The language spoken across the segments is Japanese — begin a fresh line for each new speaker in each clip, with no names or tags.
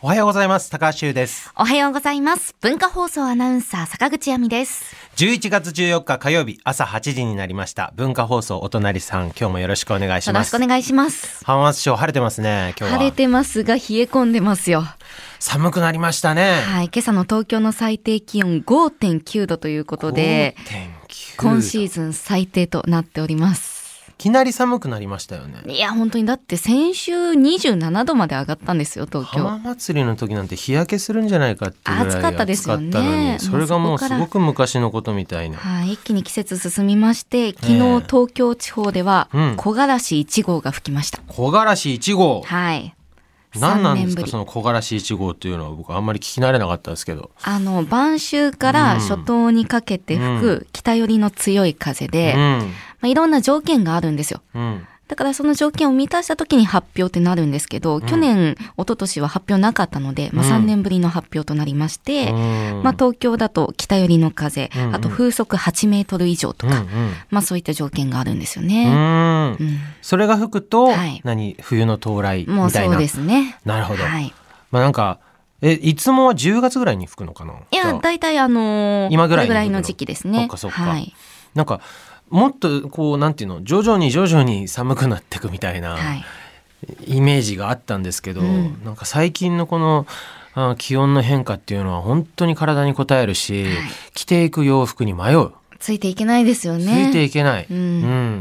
おはようございます。高橋優です。
おはようございます。文化放送アナウンサー坂口亜美です。
11月14日火曜日朝8時になりました。文化放送お隣さん、今日もよろしくお願いし
よろ
ま
し
す。
くお願いします。
浜松町晴れてますね、今日は。
晴れてますが冷え込んでますよ。
寒くなりましたね。
はい、今朝の東京の最低気温5.9度ということで、
5.9度
今シーズン最低となっております。
いきなり寒くなりましたよね。
いや、本当にだって先週27度まで上がったんですよ、東京。
浜祭りの時なんて日焼けするんじゃないかっていうぐら
暑
い
かったですよ
暑
ね
かったのにそれがも
も
う
うそこか
す
ら
ごく昔のことみたいな。
はい、一気に季節進みまして、昨日
ええ
東京地方では
うん
木枯らし1号が吹きました。
木枯らし1号。
はい。
何なんで
三年
す
ぶ
か
り
その木枯らし1号っていうのは僕あんまり聞き慣れなかったですけど。
あの晩秋から初冬にかけて吹
う
く北寄りの強い風で、
う
ま
ん。
あ、いろんな条件があるんですよ。
うん。
だからその条件を満たした時に発表ってなるんですけど、去年、一昨年は発表なかったので、まあ、
うん
3年ぶりの発表となりまして、
うん
まあ、東京だと北寄りの風、
うんうん
あと風速8メートル以上とか、
うんうん
まあ、そういった条件があるんですよ
う
ね。
ーん
うん
それが吹くと、
はい
何冬の到来み
もう
たい
そう
な
ですね。
なるほど、
はい、
まあなんかえいつもは10月ぐらいに吹くのかないじゃ
や
あ
大体あのー
今ぐらいに
これぐらいの時期です
そっ
ね。
かそっか
はい
なんかもっとこうなんていうの徐々に徐々に寒くなってくみたいな
はい
イメージがあったんですけど、
うん
なんか最近のこのあ気温の変化っていうのは本当に体に応えるし、
はい
着ていく洋服に迷う
ついていけないですよ
つ
ね。
いていけない、
うん
う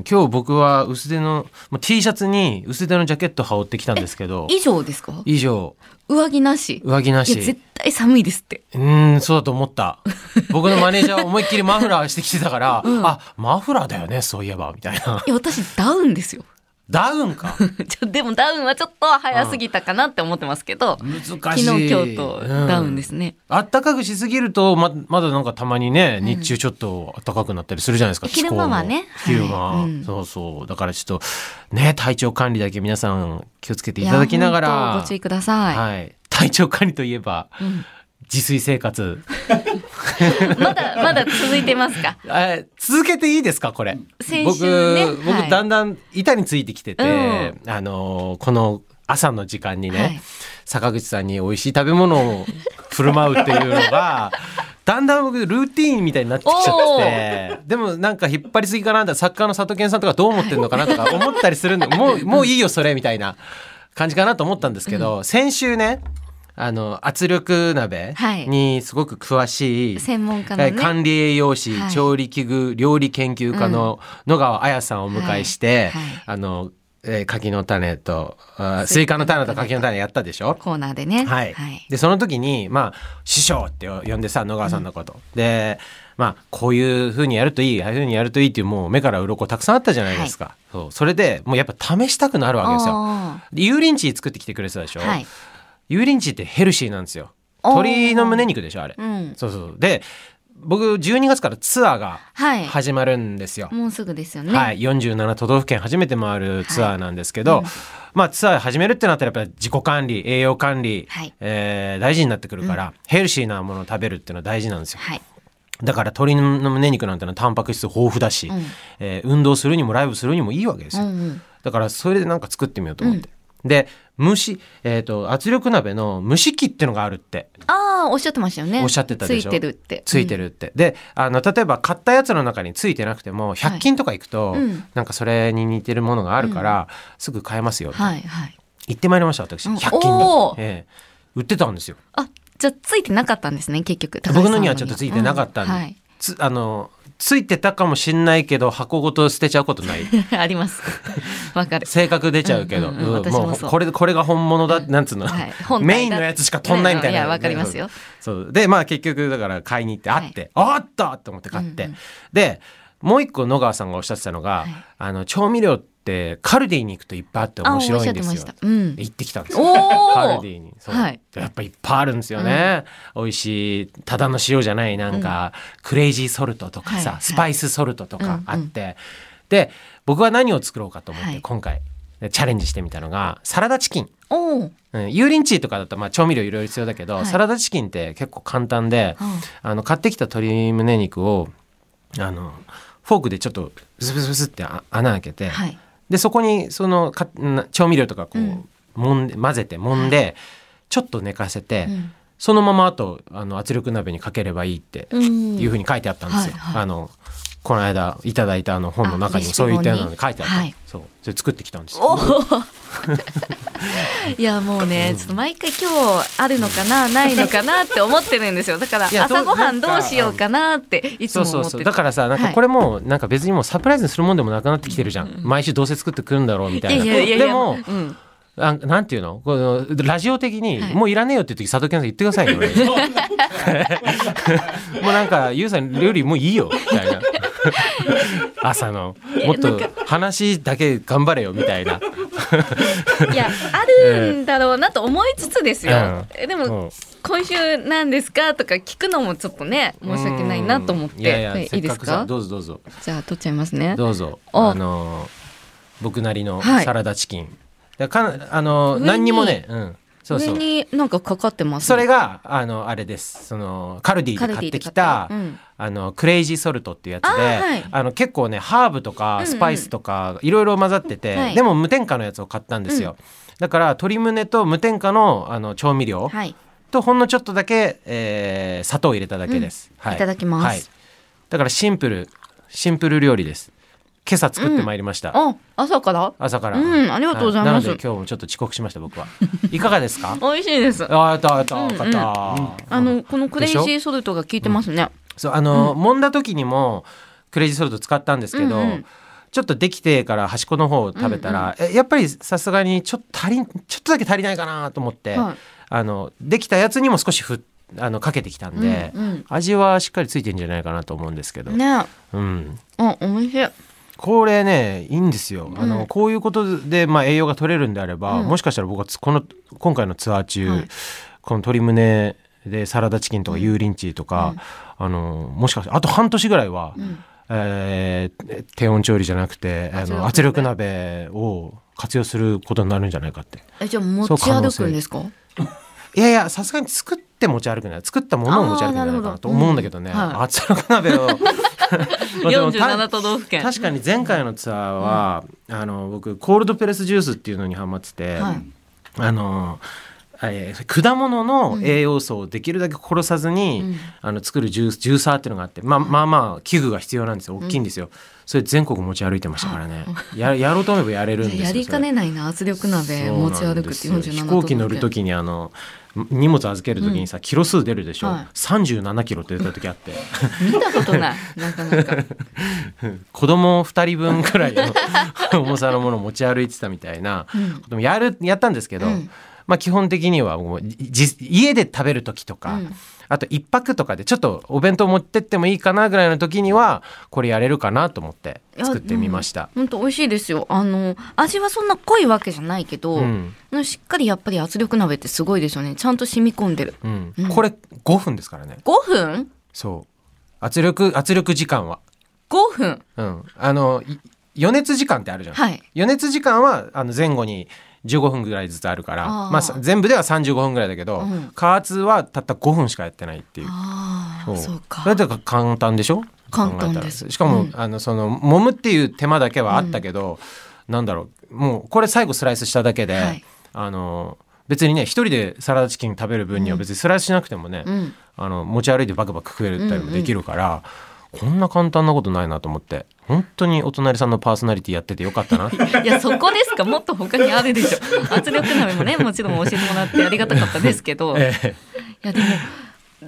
ん今日僕は薄手の、まあ、T シャツに薄手のジャケット羽織ってきたんですけど
以上ですか
以上
上着なし
上着ない
や
し
絶対寒いですって
うーんそうだと思った僕のマネージャーは思いっきりマフラーしてきてた から、あマフラーだよねそういえばみたいない
や私ダウンですよ
ダウンか
ちょでもダウンはちょっと早すぎたかなって思ってますけど
難しい
昨日今日とダウンです
ね、
ね、
うんあったかくしすぎるとままだなんかたまにね日中ちょっと暖かくなったりするじゃないですか、
うん昼間はね
気候も昼間、
はいうん
そうそうだからちょっとね体調管理だけ皆さん気をつけていただきなが
いや本
ら
当ご注意くださ
はい、体調管理といえば
い、うん
自炊生活
まだまだ続いてますか
えー続けていいですかこれ
先週ね
僕,、
はい
僕だんだん板についてきてて、
う
あのーこの朝の時間にね、
はい
坂口さんに美味しい食べ物を振る舞うっていうの がだんだん僕ルーティーンみたいになってきちゃってでもなんか引っ張りすぎかな作家の佐藤健さんとかどう思ってるのか なとか思ったりするの、もうもういいよそれみたいな感じかなと思ったんですけど、先週ねあの圧力鍋
はい
にすごく詳しい、
専門家のね
えー管理栄養士、
はい
調理器具料理研究家の野川彩さんをお迎えして、
はいはい
あの、えー柿の種とあースイカの種と柿の種やったでしょ
コーナーでね
はい、でその時にまあ師匠って呼んでさ野川さんのこと、でまあこういうふうにやるといいああいうふうにやるといいっていうもう目から鱗たくさんあったじゃないですか、そうそれでもうやっぱ試したくなるわけですよ。
あ
で油淋鶏作ってきてくれてたでしょ、
ーはい
油淋鶏ってヘルシーなんですよ
おー
鶏の胸肉でしょあれ、
うん
そうそうで僕12月からツアーが
はい
始まるんですよ、
もうすぐですよね、
はい、47都道府県初めて回るツアーなんですけど、
はいうん
まあ、ツアー始めるってなったらやっぱり自己管理栄養管理、
はい
えー大事になってくるから、ヘルシーなものを食べるっていうのは大事なんですよ
はい
だから鶏の胸肉なんてのはタンパク質豊富だし、
うん
えー運動するにもライブするにもいいわけです
う
よ、
んうん
だからそれでなんか作ってみようと思って、で蒸し、えー、と圧力鍋の蒸し器ってのがあるって
ああおっしゃってましたよね
おっしゃってたでしょ
ついてるって
ついて
る、
るって、であの例えば買ったやつの中についてなくても100均とか行くと、
うん
なんかそれに似てるものがあるから、すぐ買えますよ、
うんはいはい
行ってまいりました私
うん
100均の
お、ー
ええ売ってたんですよ
あじゃあついてなかったんですね結局
僕のにはちょっとついてなかったん
ん
で、
はい
つあのついてたかもしんないけど箱ごと捨てちゃうことない
あり ますわかる
性格出ちゃうけど、
うんうんうん
うん
私も
もう
そう
これこれが本物だ、なんつうの、
はい本体だ
メインのやつしか飛んないみたいな、
いやわかりますよ
そうでまあ結局だから買いに行ってあって、あったと思って買って、
うんう
でもう一個野川さんがおっしゃってたのが、
はい
あの調味料ってカルディに行くといっぱいあって面白いんです
あおっ
よ
しゃってましたうん
行ってきたんですよ
おお
カルディにそう、
はい
やっぱいっぱいあるんですよね、美味しいただの塩じゃないなんか、クレイジーソルトとかさ、
はい
スパイスソルトとかあ
うん
っ
うん
て、で僕は何を作ろうかと思っ
は
て
い
今回、チャレンジしてみたのがサラダチキン
おお
うん、油淋鶏とかだとまあ調味料いろいろ必要だけど、
はい
サラダチキンって結構簡単で、
うん
あの買ってきた鶏胸肉をあのフォークでちょっとブスブスブスってあ穴開けて、
はい
でそこにそのかな調味料とかこう、
うん
もんで混ぜてもんで、ちょっと寝かせて、
うん
そのままあとあの圧力鍋にかければいいって
うん
いうふうに書いてあったんですよ。
はいはい
あのこの間いただいたあの本の中にも
あ
そういったようなので書いてあった、
はい
そうそれ作ってきたんですよ。
おー いやもうねちょっと毎回今日あるのかなないのかなって思ってるんですよだから
いやどう
朝ごはんど
なん
う
か
しようかなっていつ
そ
も
うそ
思
う
っ
そ
て
う
た
だからさなん
は
か
い
これもなんか別にもうサプライズにするもんでもなくなってきてるじゃん、毎週どうせ作ってくるんだろうみたいな。
いやいやいやいや
でも
うん
あなんていうのこのラジオ的に、
はい
もういらねえよって時佐藤健さん言ってくださいよ俺 もうなんかゆうさん料理もういいよみたい な朝のもっと話だけ頑張れよみたいない
やあるんだろうなと思いつつですよ、えで
う
も
ん
今週なんですかとか聞くのもちょっとね申し訳ないなと思って
いやいや
はいい
せ
い
っ
で
か
す
くさ
か
どうぞどうぞ
じゃあ取っちゃいますね
どうぞ
お
あのー僕なりの
はい
サラダチキン、だからかあのー
上に
何にもね、うん、そうそう
上になんかかかってます
それ
が
があのあれですそのカルディで買ってきた
うん、
あのクレイジーソルトっていうやつで
あ
あ、
ーはい
の結構ねハーブと
うん
か
うん
スパイスとかいろいろ混ざってて、
はい
でも無添加のやつを買ったんですよ、だから鶏胸と無添加のあの調味料
はい
とほんのちょっとだけ、えー砂糖を入れただけです、はい
いただきま
は
す
い、だからシンプルシンプル料理です今朝作ってまいりました、
あ朝から
朝から
うんありがとうございます
はなので今日もちょっと遅刻しました僕はいかがですか
美味しいです
あやったやった
うんうん
よかった、
あのこのクレイジーソルトが効いてますね。
そうあの、揉んだ時にもクレイジーソルト使ったんですけど、
うんうん
ちょっとできてから端っこの方を食べたら、えやっぱりさすがにちょっと足りんちょっとだけ足りないかなと思って、
はい
あのできたやつにも少しふあのかけてきたんで、
うんうん
味はしっかりついてんじゃないかなと思うんですけど、
ね、
うん、
あ、美味しい。
これねいいんですよ、あ
うん
のこういうことで、まあ、栄養が取れるんであれば、
うん
もしかしたら僕はつこの今回のツアー中、
はい
この鶏胸でサラダチキンとか油淋鶏とか、あのもしかしてあと半年ぐらいは、
ん
えー低温調理じゃなくてあの
圧
圧
力
力鍋を活用することになるんじゃないかって。
え、じゃあ持
そう
ち
可
歩
能
く
性
んですか？
いやいやさすがに作って持ち歩くない作ったものを持ち歩くんじゃないかなと思うんだけどね、
あーなるほどうんは
圧
い
力鍋を まあでもた
都道府県
確かに前回のツアーは、あの僕コールドプレスジュースっていうのにハマってて、
はい
あのえー果物の栄養素をできるだけ殺さずに、
うん
あの作るジュースジューサーっていうのがあって、まあ、まあまあ器具が必要なんですよ大きいんですよ、それ全国持ち歩いてましたからね、ややろうと思えばやれるんですよ
やりかねないな圧力鍋持ち歩くって
そうなん
47
ですよ
都道
飛
府県
行機乗る時にあの荷物預ける時にさ、キロ数出るでしょ、
はい
37キロって出た時あって。
見たこと ない。なかなか。
子供2人分くらいの 重さのものを持ち歩いてたみたいなこともやるやったんですけど、
うん
まあ、基本的にはもうじ家で食べる時とか、
うん
あと1泊とかでちょっとお弁当持ってってもいいかなぐらいの時にはこれやれるかなと思って作ってみました。
本当美味しいですよ。あの味はそんな濃いわけじゃないけど、
うん
しっかりやっぱり圧力鍋ってすごいですよね。ちゃんと染み込んでる。
うん
うん
これ5分ですからね
5分
そう圧力圧力時間は、
？5分。
うん、あのい余熱時間ってあるじゃん、
はい。
余熱時間はあの前後に15分ぐらいずつあるから
あー
まあ、さ全部では35分ぐらいだけど、
うん
加圧はたった5分しかやってないっていう。
ああ、そう
それ
か。
だから簡単でしょ
簡単
考えたら
です
しかも、
うん
あのその揉むっていう手間だけはあったけど、なんだろうもうこれ最後スライスしただけで、
はい
あの別にね一人でサラダチキン食べる分には別にスライスしなくてもね、
うん。
あの持ち歩いてバクバク食えたりもできるから、こんな簡単なことないなと思って本当にお隣さんのパーソナリティやっててよかったなって
いやそこですかもっと他にあるでしょ圧力鍋もねもちろん教えてもらってありがたかったですけど、
ええ
いやでも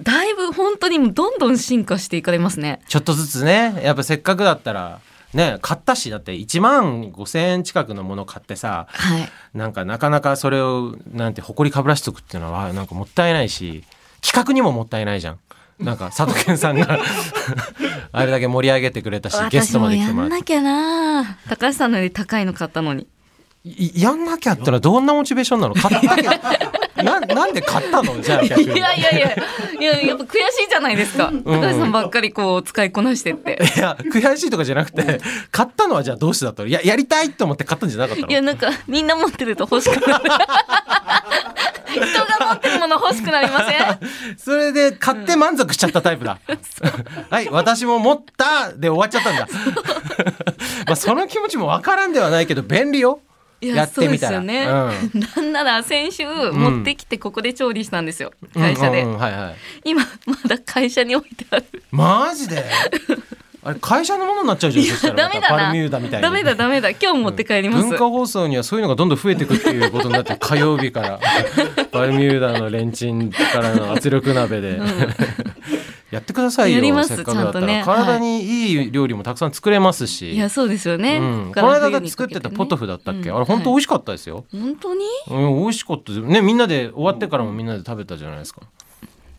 だいぶ本当にもうどんどん進化していかれますね
ちょっとずつねやっぱせっかくだったらね買ったしだって1万5,000円近くのもの買ってさ
はい
なんかなかなかそれをなんて誇りかぶらしとくっていうのはなんかもったいないし企画にももったいないじゃん。なんか佐藤健さん があれだけ盛り上げてくれたしゲス
私
トま
も
で来て
や
もら
ん
って
なきゃな高橋さんのより高いの買ったのに
いやんなきゃってのはどんなモチベーションなの買ったけ どななんで買ったのじゃあ逆
い
に
やいやいやいややっぱ悔しいじゃないですか、高橋さんばっかりこう使いこなしてって
いや悔しいとかじゃなくて買ったのはじゃあどうしてだったのいややりたいと思って買ったんじゃなかったの
いやなんかみんな持ってると欲し くなる人が持ってるもの欲しくなりませ ん
それで買って満足しちゃったタイプだ。はい、私も持 ったで終わっちゃったんだ。まあその気持ちもわからんではないけど便利よ。
いや
やってみたら
そうですよね、なんなら先週持ってきてここで調理したんですよ、
うん
会社で、
うんうんうんはいはい
今まだ会社に置いてある
マジであれ会社のものになっちゃうじゃんそしたら
ダメだ
パ
な
ルミューダみたいに
ダメだダメだ今日持って帰ります、
文化放送にはそういうのがどんどん増えていくっていうことになって 火曜日からバルミューダのレンチンからの圧力鍋で、 やってくださいよ
やります
せっかくだったら、
ちゃんとね
体にいい料理もたくさん作れますし
いやそうですよね、
うん、こ
か
の
ら
間
冬
だって
に
作
か
っ
け
て
ね
たポトフだったっけ、
うん
あれ本当美味しかったですよ、
本当に
うん、美味しかったですねみんなで終わってからもみんなで食べたじゃないですか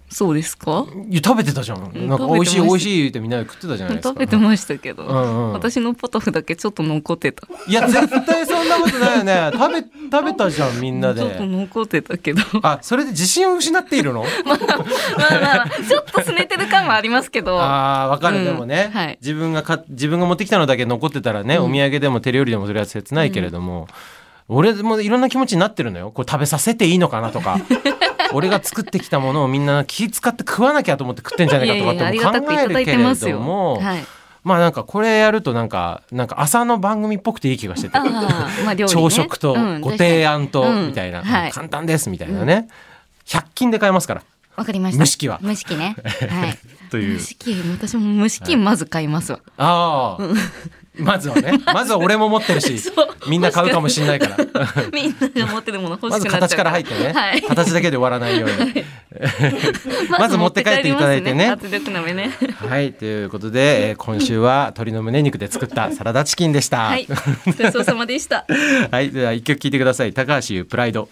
そうですか
いや食べてたじゃんなんか
食べてました
美味しい美味しいってみんなで食ってたじゃないですか
食べてましたけど、
うんうん
私のポトフだけちょっと残ってた
いや絶対そんなことないよね食べ食べたじゃんみんな
ちょっと
で
残ってたけど
あそれで自信を失っているの
まあまあまあちょっと拗ねてる感はありますけど
あーわかる、
うん
でもね、
はい
自分がか自分が持ってきたのだけ残ってたらね、お土産でも手料理でもそれは切ないけれども、俺もいろんな気持ちになってるのよこれ食べさせていいのかなと か俺が作ってきたものをみんな気使って食わなきゃと思って食ってんじゃないかとか
ありが
って
た
も考
くい
え
ただ
る
い
けれ
てますよ
ども
はい、
まあなんかこれやるとなんかなんか朝の番組っぽくていい気がしてて
あ。ーまあ料理ね
朝食と
うん
ご提案と
確かにうん
みたいな、
はい
簡単ですみたいなね、100均で買えますから
わかりまし
蒸
た
し器は
蒸し器ねはい
という
蒸し器私も蒸し器まず買いますわ、
ああ、まずはねまずは俺も持ってるし
そう
みんな買うかもしれないから
みんなが持ってるもの欲
ま
し
ず
くなっ
形
ちゃう
から入ってね、
はい
形だけで終わらないように。まず持って帰っていただいてね
圧力鍋ね
はいということで、えー今週は鶏の胸肉で作ったサラダチキンでした。
はいごちそうさまでした
はい、では一曲聴いてください高橋優プライド